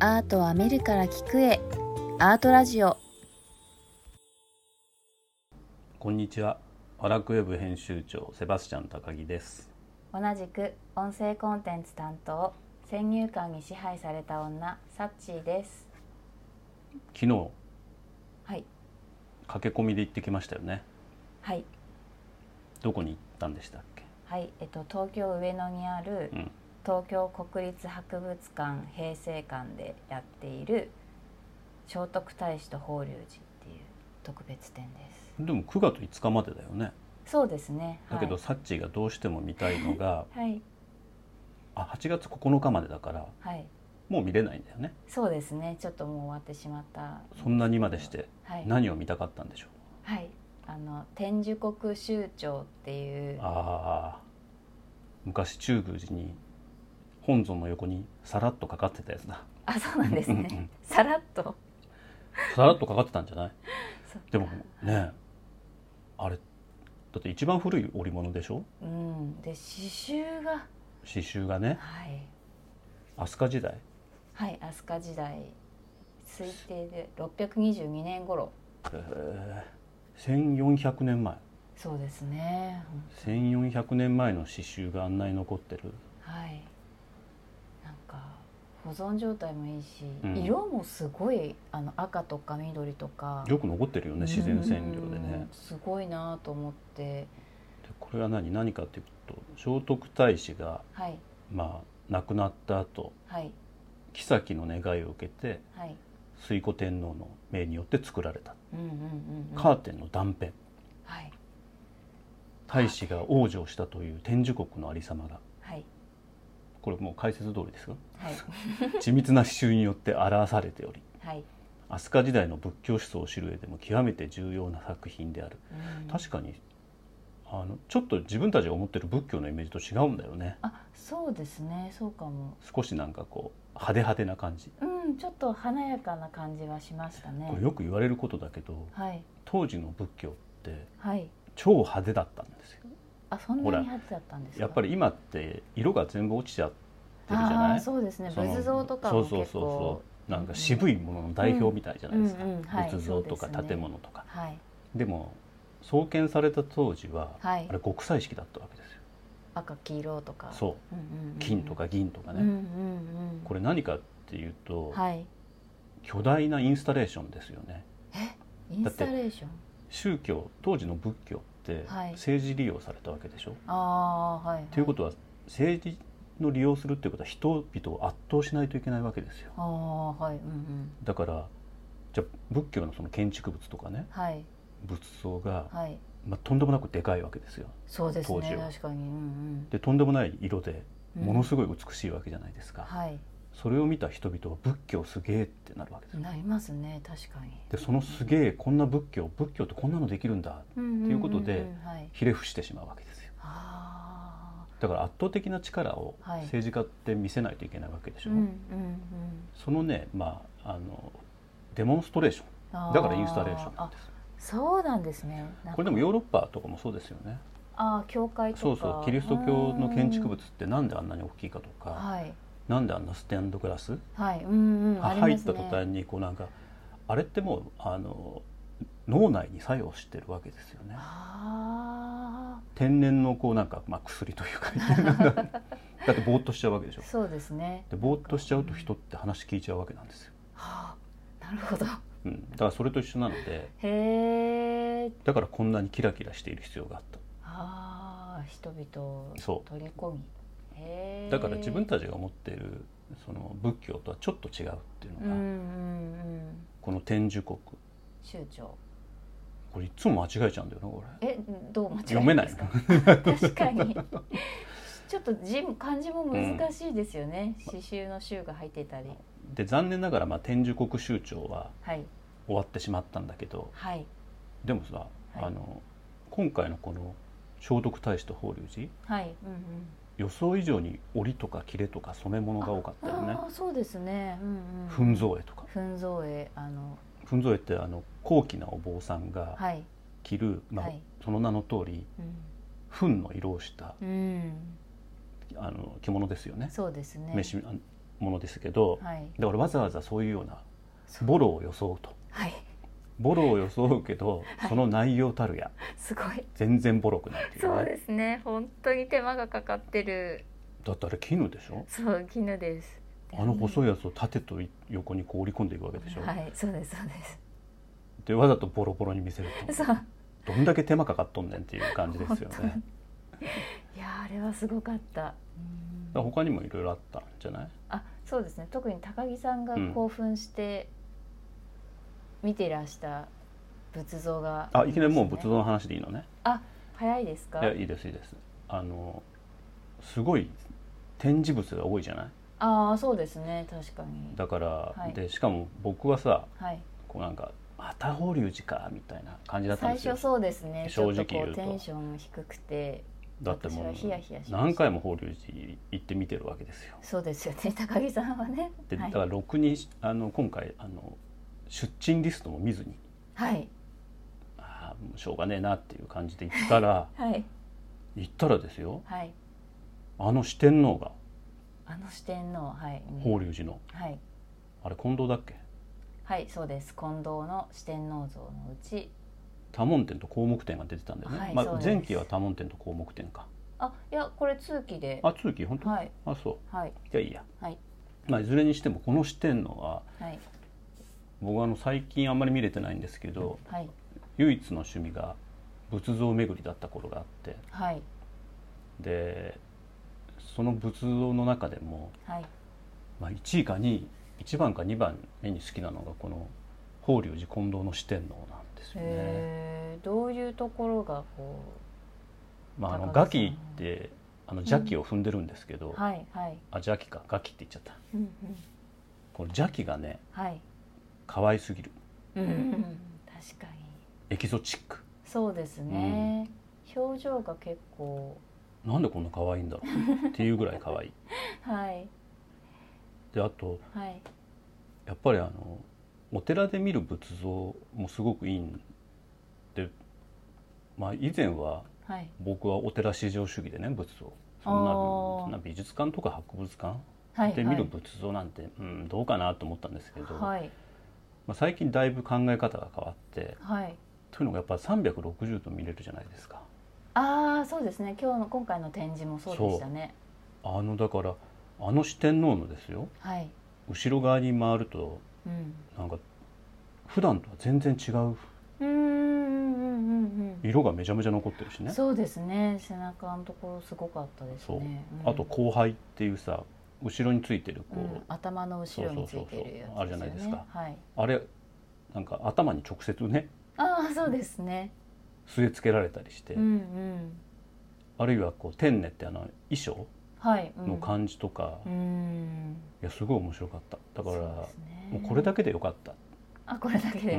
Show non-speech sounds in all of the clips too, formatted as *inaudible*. アートはメルから聞くへアートラジオこんにちは。アラクウェブ編集長セバスチャン高木です。同じく音声コンテンツ担当先入観に支配された女サッチーです昨日はい駆け込みで行ってきましたよね。はいどこに行ったんでしたっけ？はいえっと東京上野にあるうん。東京国立博物館平成館でやっている聖徳太子と法隆寺っていう特別展ですでも9月5日までだよね。そうですねだけど、はサッチーがどうしても見たいのがい、はいあ8月9日までだからはいもう見れないんだよね。そうですねちょっともう終わってしまったそんなにまでしてはい何を見たかったんでしょう。はい、あの天寿国州長っていうああ昔中宮寺に本尊の横にさらっとかかってたやつ *laughs* だ。あそうなんですうんうんねさらっとさらっとかかってたんじゃない？そっかでもねあれだって一番古い織物でしょうんで刺繍が刺繍がねはい飛鳥時代はい飛鳥時代推定で622年頃1400年前そうですねうん1400年前の刺繍があんなに残ってるはいなんか保存状態もいいし、うん色もすごいあの赤とか緑とかよく残ってるよね自然染料でうねんすごいなと思ってでこれは何何かっていうと聖徳太子がはいまあ亡くなった後はい妃の願いを受けてはい推古天皇の命によって作られたうんうんうんうんカーテンの断片はい太子が往生したという天寿国のありさまがはいこれもう解説通りです *laughs* よ *laughs* はい緻密な刺繍によって表されておりはい、飛鳥時代の仏教思想を知る上でも極めて重要な作品であるうん確かにあのちょっと自分たちが思ってる仏教のイメージと違うんだよねあそうですねそうかも少しなんかこう派手派手な感じうんちょっと華やかな感じはしましたねこれよく言われることだけどはい当時の仏教ってはい超派手だったんですよあそんなにほら派手だったんですかやっぱり今って色が全部落ちちゃってるじゃあなあいそうですねその仏像とかも結構そうそうそうそうなんか渋いものの代表みたいじゃないですか、うんうんうんはい仏像とかそうですね建物とかはいでも創建された当時は、はいあれ極彩色だったわけですよ赤黄色とかそううんうんうん、金とか銀とかね、うんうんうんこれ何かっていうと、はい巨大なインスタレーションですよねインスタレーション宗教当時の仏教ってはい政治利用されたわけでしょ、ああはいはいということは政治の利用するっていうことは人々を圧倒しないといけないわけですよああはいうんうんだからじゃあ仏教のその建築物とかねはい仏像が、はいまあ、とんでもなくでかいわけですよそうです当時ねは確かにうんでとんでもない色でうんものすごい美しいわけじゃないですか、はいそれを見た人々は仏教すげえってなるわけですよなりますね確かにでそのすげえこんな仏教仏教ってこんなのできるんだといいうことではいひれ伏してしまうわけですよあだから圧倒的な力をはい政治家って見せないといけないわけでしーょ、うんうんうんそのねまああのデモンストレーションあーだからインスタレーションなんあですそうなんですねなんかこれでもヨーロッパとかもそうですよねあー教会とかそうそうキリスト教の建築物ってなんであんなに大きいかとうんかはいなんであんなステンドグラスはいうんうんあり入まっすねた途端にこうなんかあれってもうあの脳内に作用してるわけですよねあ天然のこうなんか、まあ、薬というか *laughs* だってぼーっとしちゃうわけでしょーそうですねでぼーっとしちゃうと人って話聞いちゃうわけなんですよ、はあなるほどうん、だからそれと一緒なのでへえだからこんなにキラキラしている必要があっあー人々をそう取り込みへえただから自分たちが思っているその仏教とはちょっと違うっていううんうのが、んうんこの天寿国宗長これいつも間違えちゃうんだよなこれえどう間違読めないえの *laughs* たんですか確かにちょっと字も漢字も難しいですよね、刺繍の衆が入っていたりで残念ながら、まあ、天寿国州長ははい終わってしまったんだけどはいでもさ、あの今回のこの聖徳太子と法隆寺はい、うん予想以上に織とか切れとか染め物が多かったうよん、ねああそうですね、うんうん、糞像絵とか糞像絵あの糞像絵ってあの高貴なお坊さんがはい着る、まあはいその名の通り糞の色をしたうん、うん、あの着物ですよねそうですね飯あものですけど、はいで俺わざわざそういうようなそうボロを装うとはい *laughs* ボロを装うけど、その内容たるやすごい全然ボロくないっていうそうねですね本当に手間がかかってるだってあれ絹でしょそう絹ですあの細いいやつを縦と横にこう織り込んでいくわけでしょ、はいそうですそうででわざとボロボロに見せるとすそうどんだけ手間かかっとんねんっていう感じですよ本当ねにいやーあれはすごかったうん他にもいろいろあったんじゃないあそうですね特に高木さんがうん興奮して見ていらした仏像があいきなりもうです仏ね像の話でいいのねあ早いですかいやいいですいいですあのすごい展示物が多いじゃないああそうですね確かにだから、はいでしかも僕はさはいこうなんか「また法隆寺か」みたいな感じだったん最ですよ初そうですねちょ正っ直とこ言ううとテンション低くてだっても私はヒヤヒヤしましうた何回も法隆寺行ってみてるわけですよそうですよね高木さんはねではだいからろくにあの今回あの出陳リストも見ずにはいああもうしょうがねえなっていう感じで行った *laughs* らはい行ったらですよはいあの四天王があの四天王はい、うん法隆寺のはいあれ近藤だっけはいそうです近藤の四天王像のうち多聞天と項目天が出てたんだよね、はいまそうあ、です前期は多聞天と項目天かあいやこれ通期であ通期本当、はいあそうはいじゃあいいや、はいまあ、いずれにしてもこの四天王ははい僕はあの最近あんまり見れてないんですけどはい唯一の趣味が仏像巡りだった頃があってはいでその仏像の中でも、はいまあ、1位か2位1番か2番目に好きなのがこの法隆寺近藤の四天王なんですよね。へえどういうところがこまあ、あの高ガ橋さんキってあの邪気を踏んでるんですけど、うあはいはい、邪気かガキって言っちゃったうんうん、この邪気がねはい、可愛すぎるうんうん、確かにエキゾチックそうですね、表情が結構なんでこんな可愛いんだろうっていうぐらい可愛いはいであとはいやっぱりあのお寺で見る仏像もすごくいいんで、まあ、以前ははい僕はお寺至上主義でね仏像そんなあーそんな美術館とか博物館はいで見る仏像なんて、うん、どうかなと思ったんですけど、はいまあ、最近だいぶ考え方が変わってはいというのがやっぱり360度見れるじゃないですか。ああそうですね今日の今回の展示もそうでしたねあのだからあの四天王のですよはい後ろ側に回るとうんなんか普段とは全然違ううんうんうんうんうん色がめちゃめちゃ残ってるしねそうですね背中のところすごかったですねうんあと後輩っていうさ後ろについてるこうう、ん頭の後ろについてるやつそうそうそうそうあるじゃないですかはいあれなんか頭に直接ねああそうですね据え付けられたりして、うんうんあるいはこう天音ってあの衣装はい、うん、の感じとか、ういんやすごい面白かっただからそうですねもうこれだけでよかった、あこれだけで、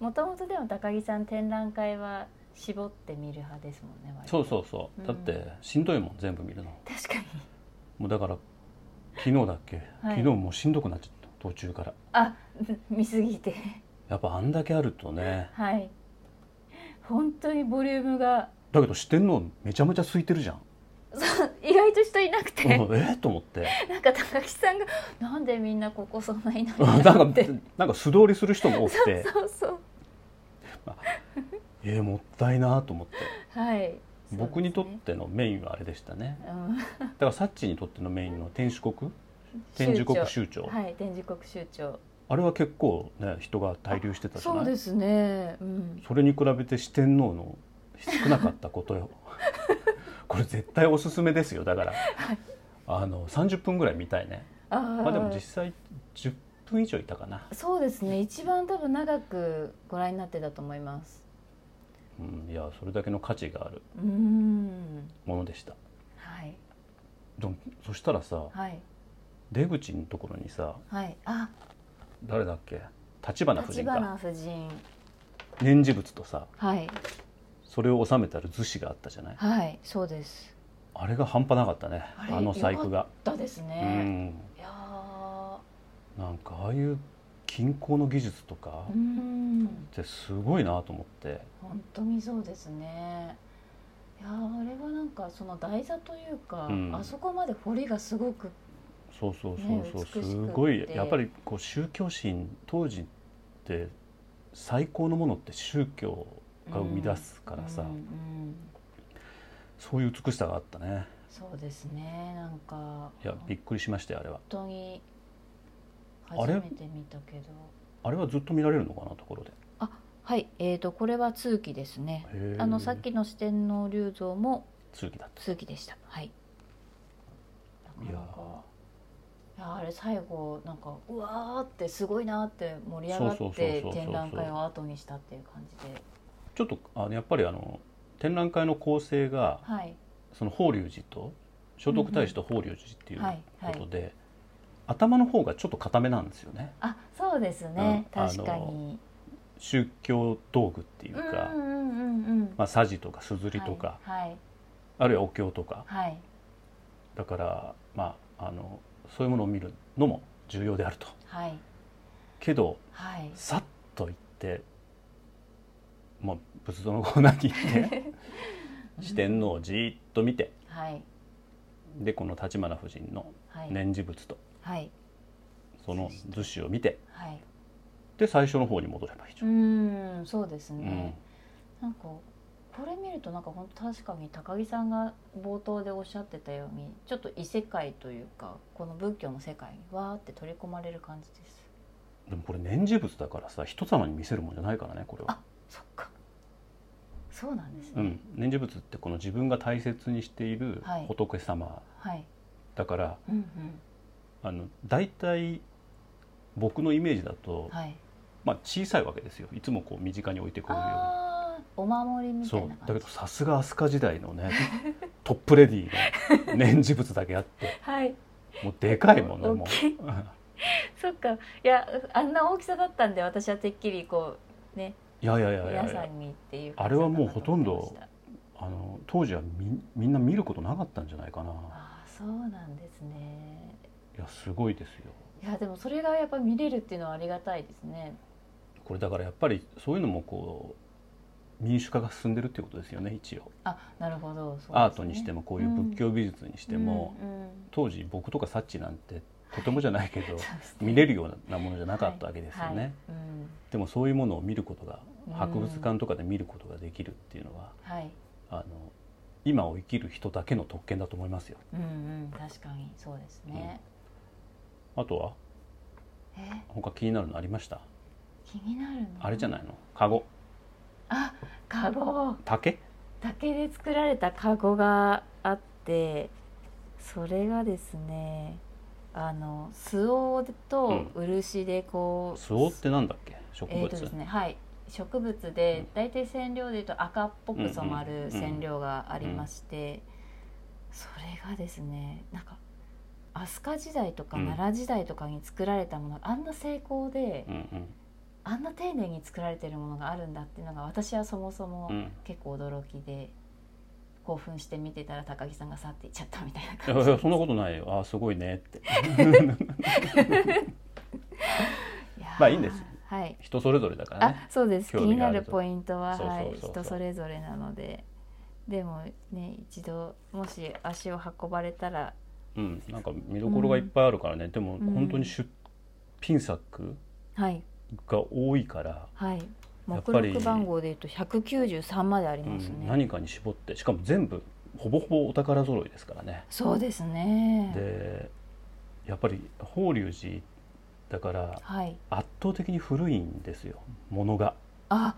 うんもともとでも高木さん展覧会は絞って見る派ですもんね割とそうそうそう、だってしんどいもん全部見るの確かにもうだから昨日だっけ、はい昨日もうしんどくなっちゃった途中からあ *laughs* 見すぎてやっぱあんだけあるとねはい本当にボリュームがだけど四天王めちゃめちゃ空いてるじゃん、そう意外と人いなくて、うんえっと思って *laughs* なんか高木さんが「なんでみんなここそんないないんなんだ」かってなんか素通りする人も多くてそうそうえーもったいなと思ってはい僕にとっそうてのメインはあれでしたねですねうんだからサッチにとってのメインの天守国天守国集州長、長はい天守国集長あれは結構ね人が滞留してたじゃそうないですねうんそれに比べて四天王の少なかったこと *laughs* よこれ絶対おすすめですよだから、あの30分ぐらい見たいねあまあでもー実際10分以上いたかな、そうですね一番多分長くご覧になってたと思いますうん、いやそれだけの価値があるうーんものでしたはいでもそしたらさはい出口のところにさはいあ誰だっけ立花夫立人か花夫人念持仏とさはいそれを収めたる厨子があったじゃないはいそうですあれが半端なかったねあれあの細工が、だですうね、んいやーなんかああいう金工の技術とかうーんってすごいなと思って本当にそうですねいやーあれはなんかその台座というか、うんあそこまで彫りがすごくそうそうそうそう、ね美しくすごいってやっぱりこう宗教心当時って最高のものって宗教が生み出すからさ、うんうんそういう美しさがあったねそうですねなんかいやびっくりしましたよあれは本当にあ初れめて見たけどあれはずっと見られるのかなところではいえー、とこれは通期ですねへーあのさっきの四天王龍像も通期だった通期でしたはいいやなかなかいやあれ最後なんかうわーってすごいなって盛り上がそうっそうそうそうてそう展覧会を後にしたっていう感じでちょっとあのやっぱりあの展覧会の構成がはいその法隆寺と聖徳太子と法隆寺っていううんうんはいはいことで頭の方がちょっと固めなんですよねあそうですね、うん確かに宗教道具っていううんうか、んうんうんまあ、さじとかすずりとか、はいあるいはお経とかはい、はいだから、まあ、あのそういうものを見るのも重要であるとはいけどはいさっと行って、まあ、仏像のコーナーに行って *laughs* 四天王をじーっと見てはいでこの立花夫人のはい、念持仏とはいその図紙を見てはいで最初の方に戻ればいいじうゃん。ーんそうですうねん、なんかこれ見るとなんか本当確かに高木さんが冒頭でおっしゃってたようにちょっと異世界というかこの仏教の世界にわーって取り込まれる感じですでもこれ念持仏だからさ人様に見せるもんじゃないからねこれは。そっかそうなんですね、うん、念持仏ってこの自分が大切にしているはい仏様はい、だから、うんうん、あの大体僕のイメージだと、はいまあ、小さいわけですよいつもこう身近に置いてこういうよあーお守りうみにたそいうな感じだけどさすが飛鳥時代のね *laughs* トップレディーの念持仏だけあってはいもうでかいもんね大もきいう *laughs* そっかいやあんな大きさだったんで私はてっきりこうね *laughs* いやいやいやいや皆いさやんにっていうあれはもうほとんど感じだったかと思いましたあの当時はみみんな見ることなかったんじゃないかなああそうなんですねいやすごいですよいやでもそれがやっぱ見れるっていうのはありがたいですねこれだからやっぱりそういうのもこう民主化が進んでるっていうことですよね一応あなるほどそうですねアートにしてもこういう仏教美術にしても、うんうんうん当時僕とかサッチなんてとてもじゃないけど、そう *laughs* ですね見れるようなものじゃなかったわけですよね、はいうんでもそういうものを見ることがうん博物館とかで見ることができるっていうのは、はいあの今を生きる人だけの特権だと思いますようんうん確かにそうですね、あとはえ他気になるのありました気になるのあれじゃないないのカゴあカゴ竹竹で作られたカゴがあってそれがですねあのスオと漆でこう、スオってなんだっけ植え物、ーとですね、はい植物でうん大体染料でいうと赤っぽく染まうんうんるうん染料がありまして、それがですねなんか飛鳥時代とかうん奈良時代とかに作られたものがあんな精巧で、うんうんあんな丁寧に作られてるものがあるんだっていうのが私はそもそもうん結構驚きで、興奮して見てたら高木さんが去っていっちゃったみたいない感やじいやそんなことないよああすごいねっていやー *laughs* まあいいんですよはい人それぞれだからねあそうです気興に味がなあるるポイントはそうそうはいそうそう人それぞれなのででもね一度もし足を運ばれたらうんなんか見どころがいっぱいあるからね、でもうん本当に出品作、はいが多いから、はいや目っぱり録番号でいうと193までありうますね、ん、何かに絞ってしかも全部ほぼほぼお宝揃いですからね、そうですねでやっぱり法隆寺だからはい圧倒的に古いんですよものが、あ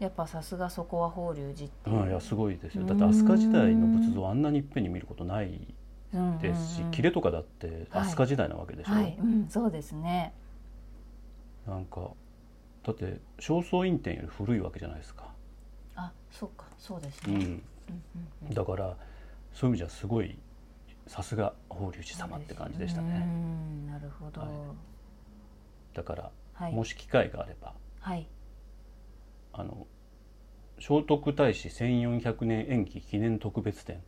やっぱさすがそこは法隆寺ってういう、ん、いやすごいですようんだって飛鳥時代の仏像あんなにいっぺんに見ることないうんうんうんですし、キレとかだってはい飛鳥時代なわけでしょ、はい、うん、そうですねなんかだって正倉院展より古いわけじゃないですか、あそうかそうですうね、ん、うんうんうんだからそういう意味じゃすごいさすが法隆寺様って感じでしたうね、んなるほどはいだからはい、もし機会があればはいあの聖徳太子1400年延期記念特別展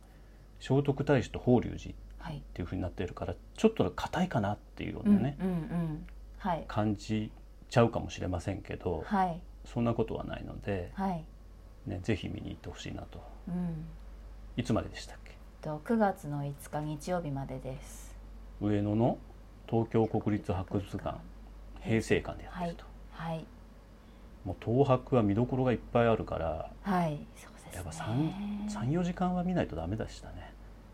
聖徳太子と法隆寺っはいていうふうになってるからちょっと硬いかなっていうようなね、うんうんうん、はい感じちゃうかもしれませんけどはいそんなことはないので、はい、ね、ぜひ見に行ってほしいなとうん、いつまででしたっけと9月の5日日曜日までです上野の東京国立博物館平成館でやってると、はいもう東博は見どころがいっぱいあるからはいそうですねやっぱ三34時間は見ないとダメでしたね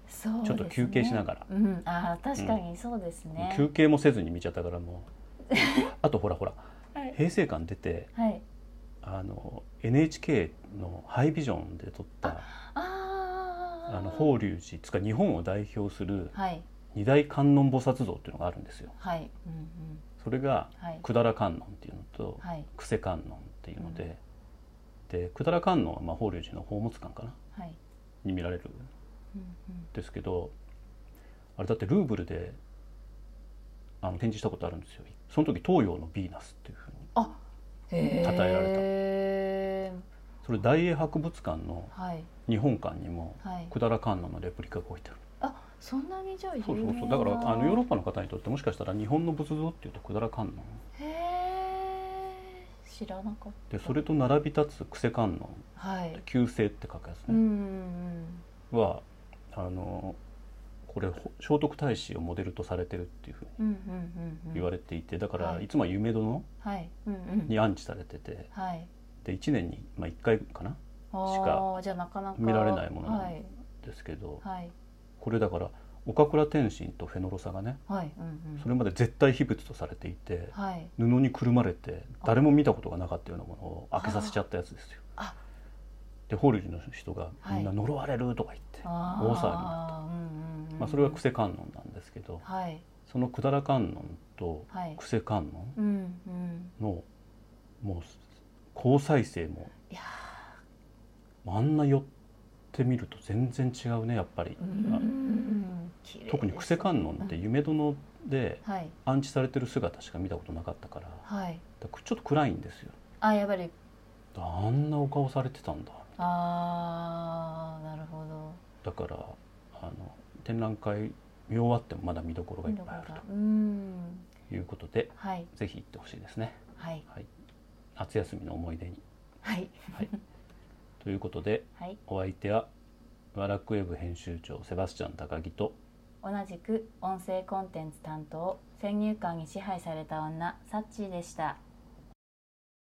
そうですちょっねと休憩しながらうんあー確かにそうですね、休憩もせずに見ちゃったからも *laughs* うあとほらほらはい、平成館出てはい、あの NHK のハイビジョンで撮ったあーあの法隆寺つか日本を代表するはい二大観音菩薩像っていうのがあるんですよはいうんうんそれがはい百済観音っていうのとはい久世観音っていうので、で久済観音はまあ法隆寺の宝物館かなはいに見られるんうんうんですけどあれだってルーブルであの展示したことあるんですよその時東洋のヴィーナスっていうふうにへ讃えられたえそれ大英博物館のはい日本館にもはい百済観音のレプリカが置いてあるあそんなにじゃあ有そうそうそ名うだからなあのヨーロッパの方にとってもしかしたら日本の仏像っていうと百済観音へえ知らなかったでそれと並び立つ久世観音はい旧世って書くやつうね、んはあのこれほ聖徳太子をモデルとされてるっていうふうにうんうんうんうんうん言われていてだかはらいいつもは夢殿はいうんうんに安置されててはいで1年に、まあ、1回かなしあかあじゃあなかなか見られないものはいですけどはいこれだから岡倉天心とフェノロサがねはいうんうんそれまで絶対秘仏とされていてはい布にくるまれて誰も見たことがなかったようなものを開けさせちゃったやつですよあ。で法隆寺の人がはいみんな呪われるとか言って、あ大騒ぎになあーうんうんうんまあ、それがクセ観音なんですけどはいその百済観音とはいクセ観音うんうんのもう高再生もいやあんな寄ってみると全然違うねやっぱり、ーうん綺麗です特にクセ観音って夢殿ではい安置されてる姿しか見たことなかったからはいだからちょっと暗いんですよあやっぱりあんなお顔されてたんだああなるほどだからあの展覧会見終わってもまだ見どころがいっぱいあるうんということではいぜひ行ってほしいですねはい夏休みの思い出に。はい *laughs* ということではいお相手はワラクウェブ編集長セバスチャン高木と同じく音声コンテンツ担当先入観に支配された女サッチーでした